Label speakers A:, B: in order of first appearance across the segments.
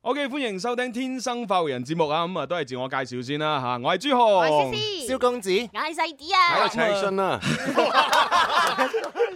A: OK，歡迎收聽《天生發育人》節目啊！咁啊，都係自我介紹先啦吓，我係朱浩，
B: 哦
C: 哎
D: 我係思思
C: 蕭，公子，
D: 我係細啲啊，
C: 請信啦，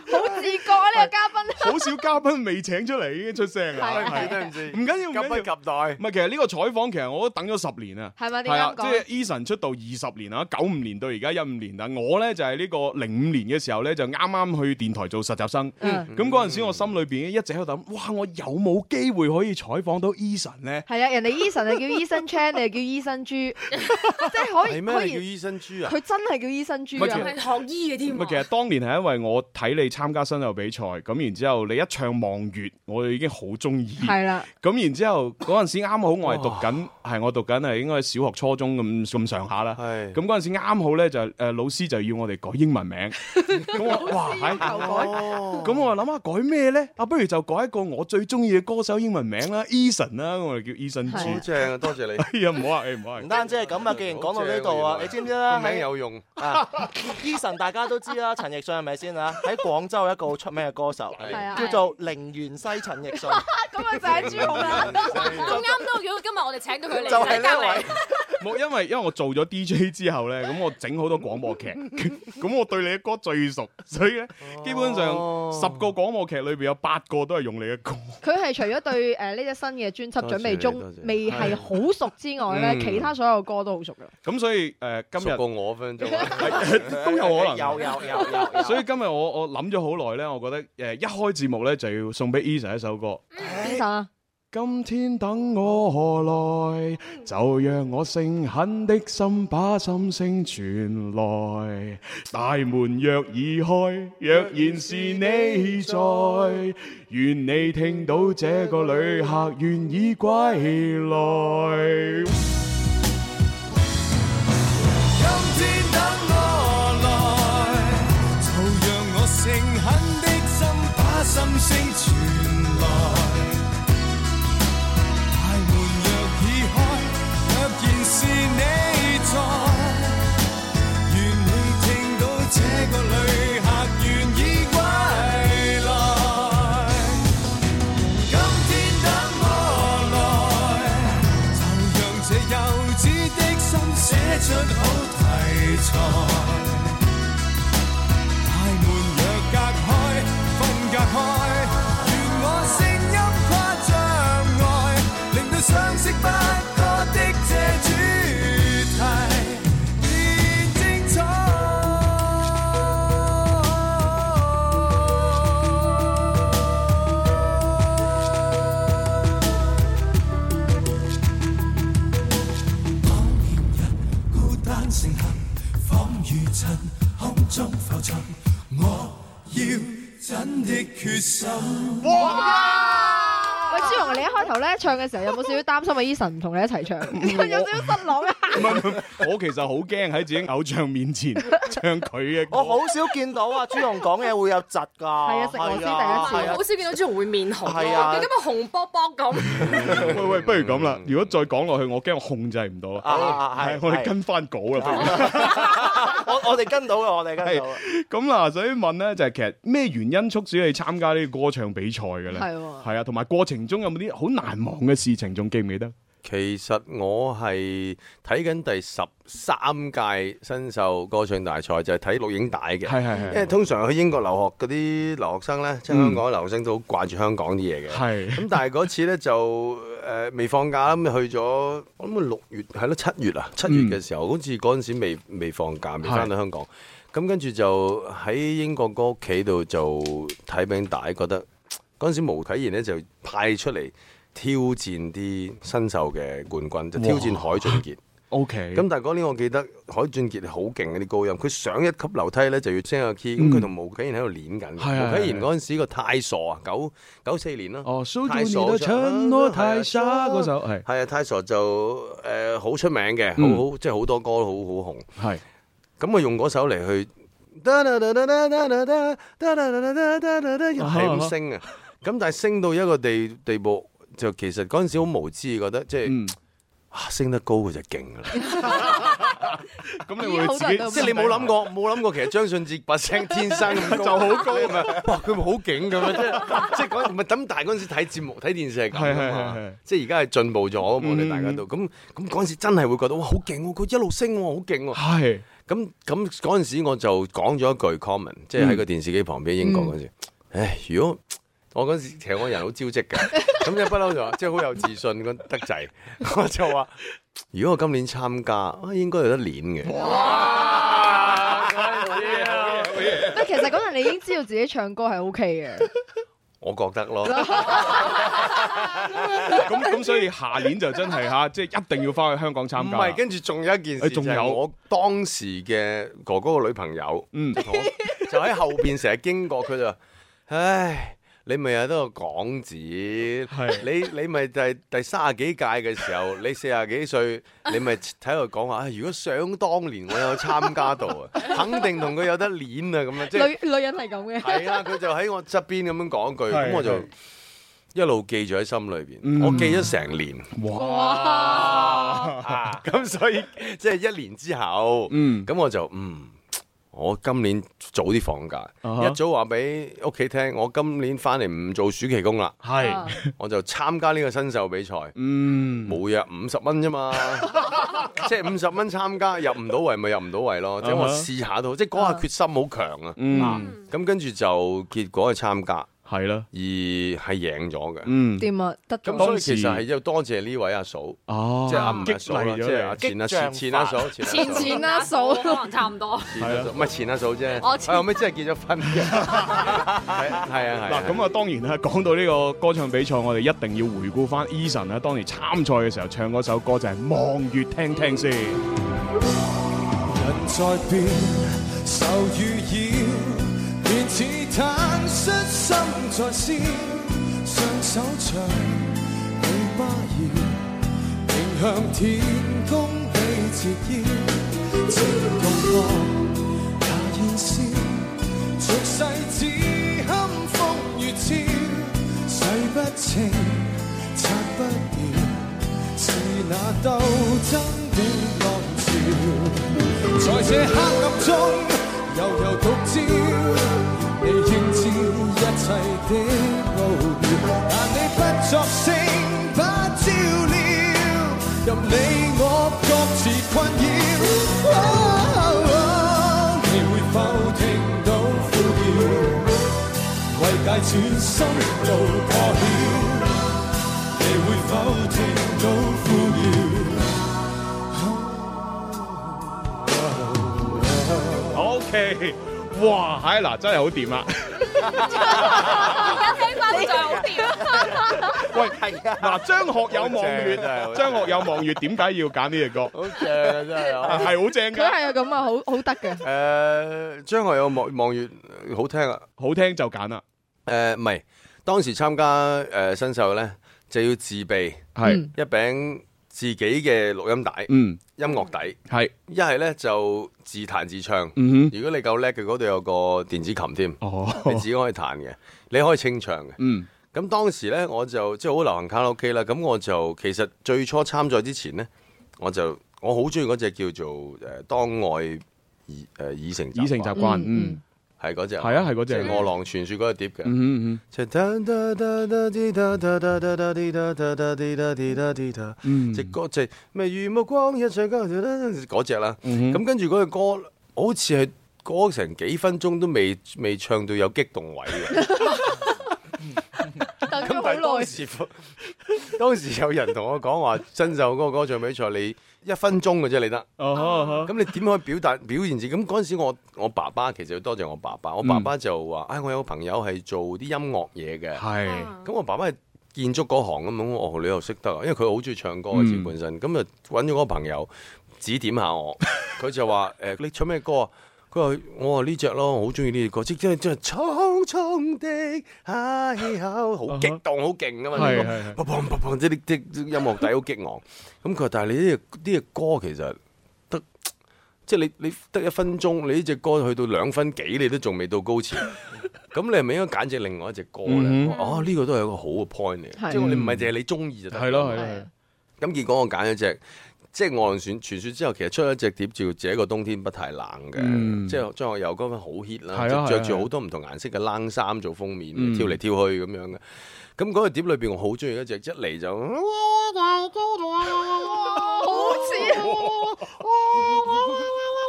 D: 好自覺啊呢個嘉賓。
A: 好少嘉賓未請出嚟已經出聲啊，
D: 係係啊
C: 真係唔知
A: 唔緊要，唔
C: 急
A: 緊
C: 不
A: 要。
C: 及待
A: 唔。係，其實呢個採訪其實我都等咗十年啊。
D: 係咪點
A: 係
D: 解咁
A: 啊，
D: 講？
A: 即係 Eason 出道二十年啊，九五年到而家一五年啦。我咧就係呢個零五年嘅時候咧，就啱啱去電台做實習生。
D: 嗯
A: 咁嗰陣時，我心裏邊一直喺度諗，哇！我有冇機會可以採訪到 Eason 咧？
B: 係啊，人哋 Eason 係叫 Eason Chan，你係叫 Eason 豬，啊 即係可以
C: 係咩？
B: 可
C: 你叫
B: 以，
C: 醫生豬啊？
B: 佢真係叫 Eason
A: 咪
B: 豬
A: 其
B: 啊！
D: 係學醫嘅添
A: 咁啊，其實當年係因為我睇你參加新秀比賽，咁然之後你一唱《望月》，我就已經好中意。
B: 係啦，
A: 咁然之後嗰陣時啱好我係讀緊，係我讀緊係應該小學、初中咁咁上下啦。
C: 係
A: 咁嗰陣時啱好咧就誒、老師就要我哋改英文 名，咁我哇係
B: 要求改
C: 哦
A: 咁我就諗下改咩咧？啊，不如就改一個我最中意嘅歌手英文名啦，Eason 啦，我哋叫 Eason
B: 係
C: 好
A: 豬。
C: 正啊！多謝你。
A: 哎呀，唔好啊，哎唔好啊
C: 唔。單止係咁啊，既然講到呢度啊，你知唔知咧？
E: 個名
C: 喺
E: 有用，
C: 啊，Eason 大家都知啦，陳奕迅係咪先啊？喺廣州有一個好出名嘅歌 手，
B: 係啊，
C: 叫做陵園西陳 奕迅，
B: 咁啊就係朱紅啦，
D: 咁啱都叫今日我哋請到佢嚟，
C: 就係
D: 喺隔
C: 呢
D: 離
C: 位。
A: 冇，因為因為我做咗 DJ 之後咧，咁我整好多廣播劇， 咁我對你嘅歌最熟，所以咧基本上
C: 哦
A: 十個廣播劇裏邊有八個都係用你嘅歌。
B: 佢係除咗對誒呢隻新嘅專輯
C: 多謝
B: 準
C: 你
B: 備
C: 多
B: 中
C: 謝
B: 未係好熟之外咧，
E: 嗯
B: 其他所有歌都好熟噶。
A: 咁所以誒、呃今日
E: 熟過我分鐘啊。
A: 係都有可能。
C: 有有有有，
A: 所以今日我我諗咗好耐咧，我覺得誒、呃一開節目咧就要送俾 Eason 一首歌。
C: 嗯
B: 邊首啊？
A: 今天等我何來？就讓我誠懇的心把心聲傳來。大門若已開，若然是你在，願你聽到這個旅客願意歸來。
F: 今天等我來，就讓我誠懇的心把心聲傳來。大門若已開，若然是你在，願你聽到這個旅客願意歸來。今天等我來。就讓這幼稚的心寫出好題材。大門若隔開，分隔開，願我聲音跨障礙，令到相識不多的這主題變精彩。當年人孤單成行，仿如塵空中浮沉。我要真的決心。
B: 喂，朱紅，你一開頭咧唱嘅時候有冇少少擔心啊？Eason 唔同你一齊 唱， 有少少失落啊！
A: 唔係唔係 我其實好驚喺自己偶像面前 唱佢嘅歌。
C: 我好少見到啊，朱紅講嘢會有窒㗎。係
B: 啊食螺絲第一次
C: 係啊
D: 好少見到朱紅會面紅，
C: 係啊
D: 佢今日紅卜卜咁。
A: 喂喂，不如咁啦，如果再講落去，我驚我控制唔到
C: 啊啊啊
A: 係
C: 係
A: 我哋跟翻稿啦，不如。
C: 我我哋跟到嘅，我哋跟到嘅。
A: 咁嗱，所以問咧就係、其實咩原因促使你參加呢個歌唱比賽嘅咧？
B: 係喎
A: 係啊，同埋過程中有冇啲好難忘嘅事情，仲記唔記得？
E: 其實我係睇緊第十三屆新秀歌唱大賽，就係睇錄影帶嘅。
A: 係係
E: 因
A: 係
E: 為通常去英國留學嗰啲留學生呢，即係香港留學生都好掛住香港啲嘢嘅。
A: 係
E: 咁但係嗰次咧就誒未放假咁去咗，我諗六月係咯七月啊，七月嘅時候，好似嗰陣時未未放假，未翻到香港。咁跟住就喺英國個屋企度就睇餅帶，覺得嗯嗰陣時毛啟賢咧就派出嚟挑戰啲新秀嘅冠軍，就挑戰海俊傑。
A: OK。
E: 咁但係嗰年我記得海俊傑好勁嗰啲高音，佢上一級樓梯咧就要升個 key，咁佢同毛啟賢喺度練緊。毛
A: 係係
E: 啟
A: 係
E: 賢嗰陣時個太傻啊，九九四年啦。
A: 哦，蘇
E: 太
A: 做你
E: 傻
A: 的
E: 咗
A: 承諾太傻嗰首係
E: 係啊，太傻就誒好、出名嘅，好
A: 嗯
E: 好即係好多歌好好紅。
A: 係
E: 咁我用嗰首嚟去，
A: 哦
E: 係咁升
A: 哦
E: 啊。咁但係升到一個地地步，就其實嗰陣時好無知，覺得即係
A: 嗯
E: 啊升得高佢就勁㗎啦。
A: 咁你會自己
B: 咦好多人都
E: 即係你冇諗過，冇諗過其實張信哲把聲天生咁
A: 就好
E: 高啊嘛！哇，佢咪好勁咁啊！即係即係嗰唔係等大嗰陣時睇節目睇電視係咁
A: 係
E: 啊
A: 係係
E: 嘛
A: 係，嗯
E: 即係而家係進步咗啊嘛我哋大家都咁咁嗰陣時真係會覺得哇好勁喎！佢一路升喎，好勁喎！
A: 係
E: 咁咁嗰陣時我就講咗一句 comment，即
A: 嗯
E: 係喺個電視機旁邊英國嗰陣時，唉，如果我嗰陣時其實我人好招積 嘅，咁一不嬲就話即係好有自信咁得滯， 我就話如果我今年參加，啊應該有得練嘅。
B: 唔係其實嗰陣你已經知道自己唱歌係 O K 嘅，
E: 我覺得咯，
A: 咁咁，所以下年就真係吓，即係一定要翻去香港
E: 唔
A: 參加。
E: 係，跟住仲有一件事，
A: 誒仲有
E: 就係我當時嘅哥哥個女朋友，
A: 嗯
E: 同我 就喺後邊成日經過，佢就話唉，你咪喺度講字，你你咪第第三十幾屆嘅時候，你四十幾歲，你咪喺度講話，唉如果想當年我有參加到 啊，肯定同佢有得練啊，咁樣即係。
B: 女女人係咁嘅。
E: 係啊，佢就喺我側邊咁樣講句，
A: 係
E: 咁我就
A: 係
E: 一路記住喺心裏邊，
A: 嗯
E: 我記咗成年。
B: 哇！
E: 啊，咁所以即係一年之後，
A: 嗯
E: 咁我就嗯，我今年早啲放假，
A: 啊哈
E: 一早話俾屋企聽，我今年翻嚟唔做暑期 工啦，
A: 係，
E: 我就參加呢個新秀比賽，
A: 嗯，
E: 每日五十蚊 啫嘛，即係五十蚊參加，入唔到圍咪入唔到圍咯，即係我
A: 啊哈
E: 試下都好，即係嗰下決心好強啊，
A: 嗯，
E: 咁跟住就結果去參加，而
A: 係啦，
E: 係贏咗嘅，
A: 嗯，
B: 掂啊，得
E: 咁
B: 咗
E: 所以其實係要多謝呢位阿嫂。
A: 哦，
E: 即係阿唔
A: 激
E: 係嫂啦，
A: 勵
E: 即係阿
A: 咗
E: 前阿
C: 激將
E: 前阿嫂，前阿嫂
D: 前前啊嫂可能差唔多。
E: 前阿嫂，唔係啊前阿嫂啫，哎
D: 我前
E: 佢後尾真係結咗婚嘅，係係啊
A: 你。
E: 係啊
A: 嗱，咁啊，當然啦，講到呢個歌唱比賽，我哋一定要回顧翻 Eason 啊，當年參賽嘅時候唱嗰首歌就係《望月聽聽先》。
F: 人在變，愁與擾，便似坦率心在笑。雙手長，尾巴搖，迎向天空被折腰。這感覺也燃燒，俗世只堪風月俏，洗不清，擦不掉，是那鬥爭的浪潮。在這黑暗中悠悠獨照，你映照一切的奧妙，但你不作聲，不照料，任你我各自困擾。哦你會否聽到呼叫？為大轉身路破曉，你會否聽到呼叫？
A: OK，哇，係嗱，真係好掂啦。
D: 而家 聽翻就係好掂，
A: 喂，嗱，張學友望月
E: 好正啊真係，
A: 張學友望月點解要揀呢隻歌？
E: 好正啊真係啊！
A: 係好正
B: 佢
A: 㗎，
B: 係咁啊，好好得嘅。
E: 誒，張學友望望月好聽啊！
A: 好聽就揀啦，
E: 誒，唔係當時參加誒新秀咧，就要自備
A: 係
B: 嗯，
E: 一餅自己嘅錄音帶、
A: 嗯，
E: 音樂底，
A: 係，
E: 一係咧就自彈自唱。
A: 嗯
E: 如果你夠叻嘅，嗰度有個電子琴添，
A: 哼，
E: 你
A: 哦
E: 自，己可以彈嘅，你可以清唱嘅。
A: 嗯，
E: 咁當時咧，我就即係好流行卡拉 OK 啦。咁我就其實最初參賽之前咧，我就我好中意嗰只叫做誒、呃、當愛已誒已成
A: 以成習
E: 慣
A: 慣，嗯
B: 嗯，
E: 係嗰只
A: 係啊係嗰隻
E: 即係餓狼傳説嗰個碟嘅。
A: 嗯嗯
E: 即係
A: 嗯，
E: 隻歌即係咩如目光一瞬間嗰只啦。
A: 嗯哼
E: 咁跟住嗰個歌好似係歌成幾分鐘都未未唱到有激動位嘅。
B: 等咗
E: 咁但係
B: 好
E: 當
B: 耐，
E: 時， 當時有人同我講話，新秀嗰個歌唱比賽，你一分鐘嘅啫，你得。
A: 哦呵呵
E: 咁你點可以表達 表現自己？咁嗰陣時我我爸爸其實要多謝我爸爸，我爸
B: 嗯
E: 爸就話：，唉、我有個朋友係做啲音樂嘢嘅。
A: 係，
E: 咁我爸爸係建築嗰行咁樣，我你又識得啊？因為佢好中意唱歌嘅
B: 嗯
E: 自己本身，咁就揾咗嗰個朋友指點下 我，佢就話：誒、你唱咩歌啊？佢話：我話呢只咯，我好中意呢只歌，即即即係 匆匆的邂逅，好激動，好勁噶嘛！
A: 係
E: 呢
A: 係係
E: 個砰砰砰砰，即啲啲啲音樂底好激昂。咁佢話：但係你呢只呢只歌其實得。即係你你得一分鐘，你呢只歌去到兩分幾，你都仲未到 高潮，咁你係咪應該揀只另外一隻歌咧？
A: 嗯
E: 我話哦，呢個都係一個好嘅 point 嚟，
B: 係
E: 即係你唔係淨係你中意就得。
A: 係咯係咯
B: 係
A: 係
B: 啊。
E: 咁結果我揀咗隻，即係我選傳説之後，其實出咗一隻碟叫《這個冬天不太冷》嘅，
A: 嗯
E: 即係張學友嗰份好 hit 啦，
A: 係啊
E: 即
A: 係
E: 係着
A: 啊
E: 住好多唔同顏色嘅冷衫做封面，
A: 嗯
E: 挑嚟挑去咁樣嘅。咁嗰個碟裏邊，我好中意一隻，一嚟就
B: 哦好似啊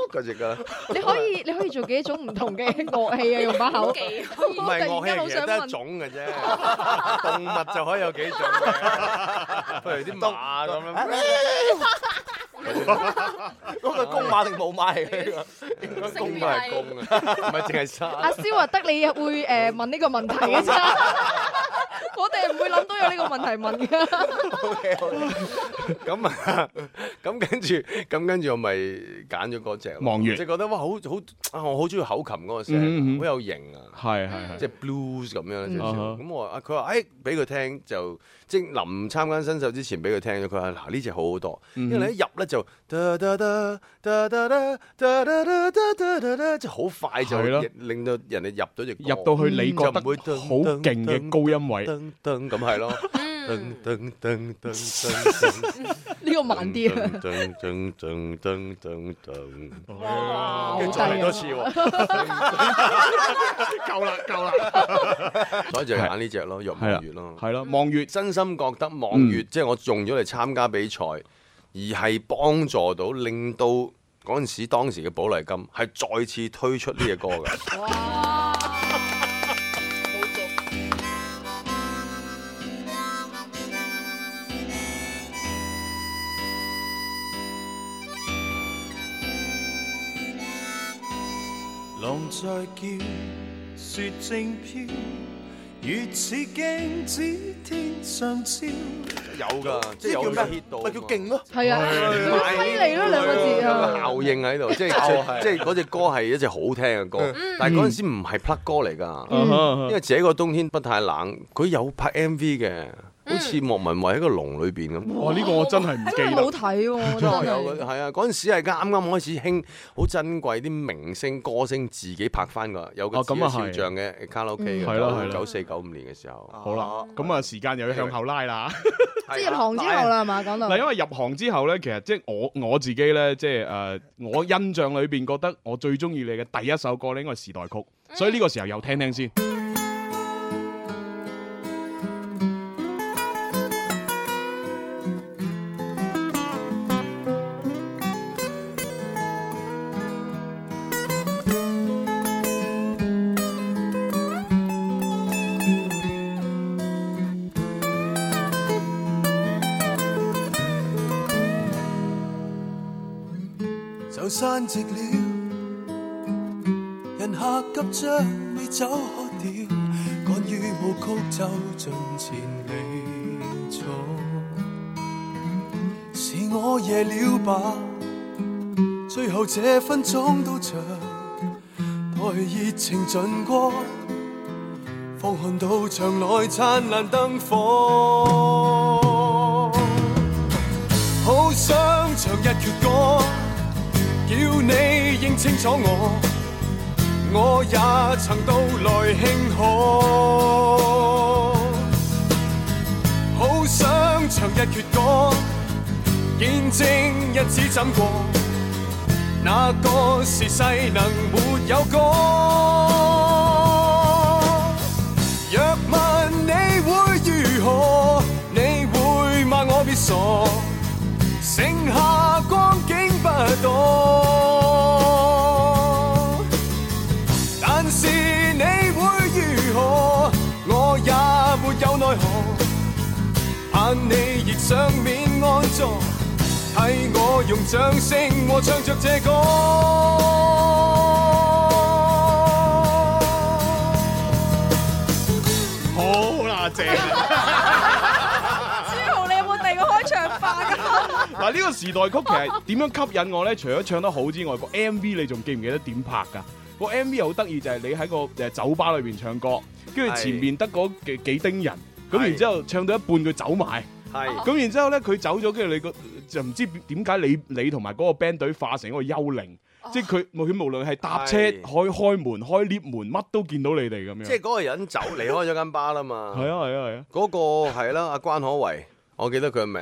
E: 嗰只㗎啦。
B: 你可以你可以做幾種唔同嘅樂器啊，用把口。
D: 技巧
E: 唔係樂器，其實得一種嘅啫，動物就可以有幾種嘅，譬如啲馬咁樣。
C: 嗰個公馬定母馬嚟嘅？
E: 應該公都係公啊，唔係淨係
B: 阿
E: 沙。
B: 蕭話得你會誒問呢個問題嘅啫， 我哋唔會諗到有呢個問題問嘅。
E: 咁啊，咁跟住，咁跟住我咪揀咗嗰只。
A: 望月
E: 即係覺得哇，好好啊！我好中意口琴嗰個
A: 嗯嗯
E: 聲，
A: 嗯
E: 好有型啊！
A: 係係係，
E: 即係 à. blues 咁樣
B: 嗯
E: 少少。咁我話啊，佢話誒俾佢聽就即係臨參加新秀之前俾佢聽咗，佢話嗱呢只好好多，
A: Ừ.
E: 因為你一入咧就噠噠噠噠噠噠噠噠噠噠噠噠，即係好快就
A: 係咯
E: 令到人哋入到只
A: 入到去你覺得
E: 就唔會噔
A: 好勁嘅高音位，
E: 噔噔咁係咯。
D: 嗯，
E: 噔噔噔噔，
B: 呢個慢啲啊，
E: 啊！噔噔噔噔噔噔，
B: 哇好
E: 跟
B: 低
E: 住再嚟多
B: 啊！
E: 次喎，
A: 夠啦夠啦，
E: 所以就揀呢只咯，入
A: 係啦
E: 望月咯。嗯
A: 係啦，望月
E: 啊真心覺得望月，即係我用咗嚟參加比賽，而係幫助到令到嗰陣時當時嘅寶麗金係再次推出呢只歌嘅。
D: 哇，
F: 浪在叫，雪正飘，如似鏡子天上照。
E: 有㗎，即係有 hit 到㗎嘛，
C: 咪叫勁咯！
B: 係
E: 哎
B: 啊，好犀利咯兩個字
E: 有
B: 啊！
E: 效應喺度，即係嗯即係嗰只歌係一隻好聽嘅歌，但係嗰陣時唔係 plug 歌嚟㗎。因為這個冬天不太冷，佢有拍 MV 嘅，好似莫文蔚喺個籠裏邊咁。
A: 哇！呢個我真係唔
B: 真係
A: 記
B: 冇
A: 得，
B: 睇喎，我真
E: 張學友嗰
B: 係。
E: 係啊，嗰陣時係啱啱開始興，好珍貴啲明星歌星自己拍翻個有個
A: 哦
E: 自己
A: 咁啊係嗯
E: 肖像嘅卡拉 OK 嘅，
A: 係啦係啦
E: 九四九五年嘅時候，
A: 好啦，咁啊時間又要向後拉啦。
B: 即係入行之
A: 啊
B: 後啦，係嘛？講到
E: 啊
A: 嗱，因為入行之後咧，其實即係我我自己咧，即係誒，我印象裏邊覺得我最中意你嘅第一首歌咧，應該係時代曲，所以呢個時候又聽聽先。
F: 就散席了，人客急將美酒喝掉，趕於舞曲走進千里草，是我夜了吧？最後這分鐘到場，待熱情盡過，方看到場內燦爛燈火。好想長日決歌。叫你認清楚我，我也曾到來慶賀。好想長日決歌，見證日子怎過，那個時世能沒有歌。若問你會如何，你會罵我別傻。剩下光景不多，但是你會如何，我也沒有奈何。盼你亦上面安坐，替我用掌聲和唱着這歌。
A: 好啦，正。
D: 朱豪，你有冇第二個開場白
B: 啊
D: 㗎？
A: 嗱，呢個時代曲其實點樣吸引我咧？除咗唱得好之外，個 MV 你仲記唔記得點拍㗎？個 MV 好得意，就係你喺個誒酒吧裏邊唱歌，跟住前面得嗰幾幾丁人，咁
E: 係
A: 然之後唱到一半佢走埋，
E: 係
A: 咁然之後咧佢走咗，跟住你個就唔知點解你你同埋嗰個 band 隊化成一個幽靈，即係佢佢無論係搭車、
E: 係
A: 開開門、開 lift 門，乜都見到你哋咁樣。
E: 即係嗰個人走離開咗間巴啦嘛。
A: 係啊係啊係啊！
E: 嗰個係啦，阿關可為，我記得佢嘅
A: 嗯
E: 名，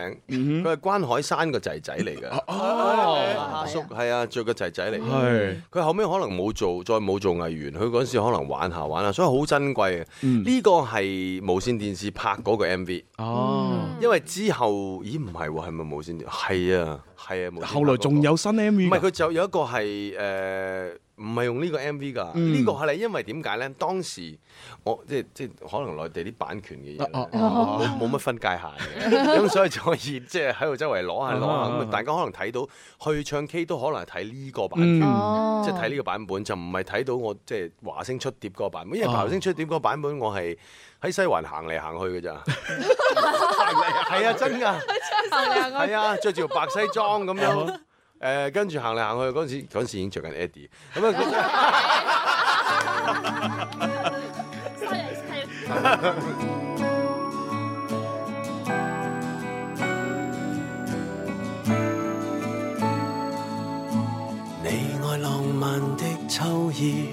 E: 佢係關海山個仔仔嚟嘅，
A: 哦
C: 哦，
E: 阿叔係啊，着個仔仔嚟嘅。
A: 係
E: 佢後尾可能冇做，再冇做藝員，佢嗰陣時可能玩下玩下，所以好珍貴嘅。
A: 嗯
E: 呢個係無線電視拍嗰個 MV，
A: 哦，
E: 因為之後，咦唔係喎，係咪無線電？係啊，係啊，無線拍嗰個
A: 後來仲有新 M
E: 唔
A: V，
E: 係佢就有一個係誒，唔係用呢個 M V 㗎。
A: 嗯
E: 呢個係因為點解咧？當時我即係即係可能內地啲版權嘅嘢呢，
A: 啊啊啊
E: 冇冇乜分界限嘅，咁所以就可以即係喺度周圍攞下攞
A: 啊
E: 下，
A: 啊
E: 咁大家可能睇到去唱 K 都可能係睇呢個版權。
A: 嗯
B: 哦，
E: 即係睇呢個版本，就唔係睇到我即係華星出碟嗰個版本，因為華星出碟嗰個版本我係喺西環行嚟 行去嘅咋，係啊真㗎。係啊，着住條白西裝咁樣。誒，跟住行嚟行去嗰陣時，嗰陣時已經着緊 Eddie，咁啊，
D: 犀利犀利
F: 你愛浪漫的秋意，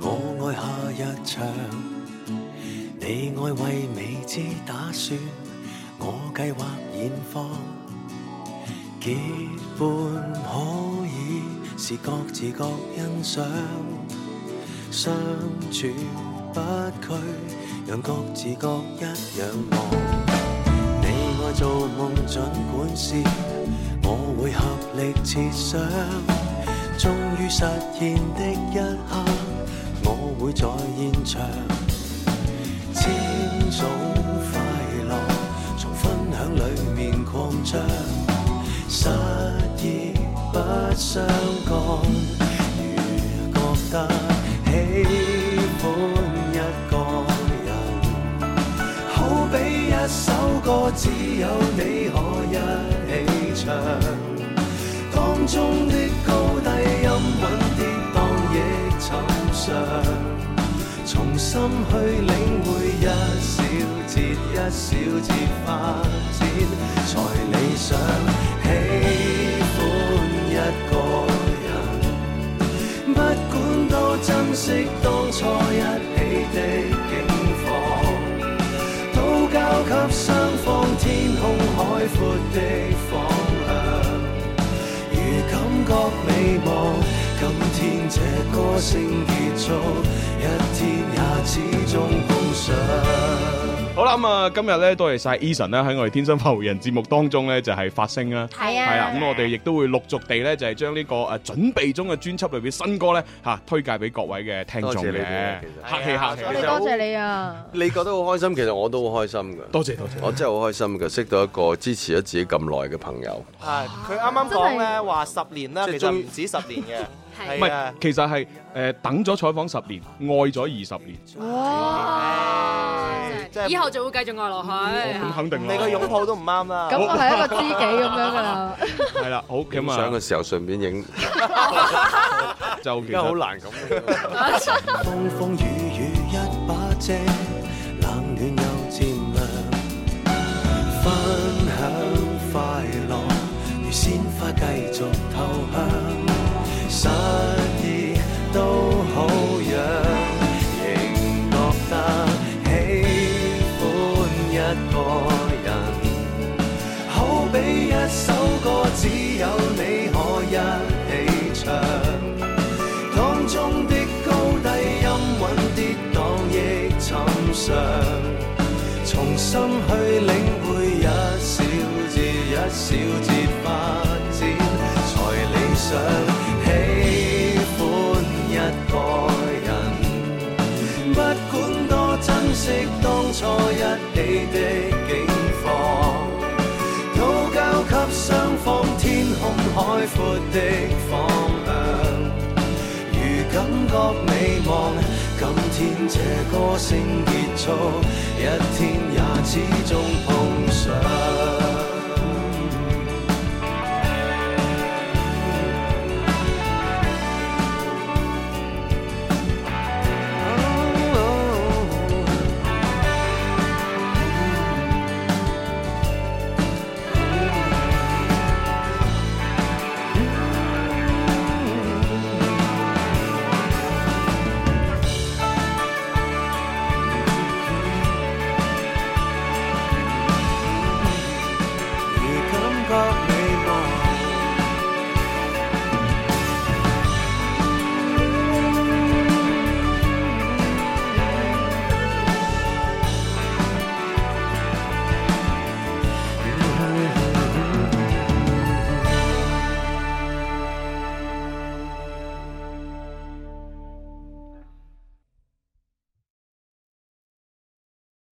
F: 我愛夏日長。你愛為未知打算，我計劃現況。結伴可以是各自各欣賞，相處不拘，讓各自各一樣忙。你愛做夢，儘管試，我會合力設想。終於實現的一刻，我會在現場。千種快樂，從分享裡面擴張，失意不相干。如覺得喜歡一個人。好比一首歌，只有你可一起唱。當中的高低音韻跌宕亦尋常，從心去領會一小節一小節發展才理想。喜歡一個人。不管都珍惜當初一起的境況，都交給雙方天空海闊的方向。如感覺美望，今天這歌聲結束，一天也始終共賞。
A: 好啦，咁啊，今日咧多謝晒 Eason 咧喺我哋《天生發育人》節目當中咧就係發聲啦。
D: 係
A: 係啊，咁我哋亦都會陸續地咧，就係將呢個誒準備中嘅專輯裏邊新歌咧嚇推介俾各位嘅聽眾
E: 多謝你
A: 嘅
E: 哋，其實
A: 客氣客
B: 我
A: 氣，
B: 哋多謝你啊！
E: 你覺得好開心，其實我都好開心㗎。
A: 多謝多謝，
E: 我真係好開心㗎，識到一個支持咗自己咁耐嘅朋友。
C: 係佢啱啱講咧話十年啦，
E: 即係
C: 其實唔止十年
A: 唔
C: 嘅，係
A: 係
C: 啊，
A: 其實係誒等咗採訪十年，愛咗二十年，
C: 即係嗯
D: 以後就會繼續愛落去。
E: 啊
A: 哦咁肯定
C: 你個擁
A: 啦，
C: 抱都唔啱啦。
B: 咁我係一個知己咁樣噶啦，
A: 係啦，好
E: 影
A: 咁
E: 相嘅
A: 啊，
E: 時候順便影，
A: 就其
E: 而家好
A: 實
E: 難咁。
F: 風風雨雨一把遮，冷暖又漸涼。分享快樂，如鮮花繼續投香，失意都好樣，仍覺得喜歡一個人。好比一首歌，只有你可一起唱。當中的高低音韻跌宕亦尋常，從心去領會一小節一小節發展才理想。喜歡一個人，不管多珍惜當初一起的境況。都交給雙方天空海闊的方向。如感覺美望，今天這歌聲結束，一天也始終碰上。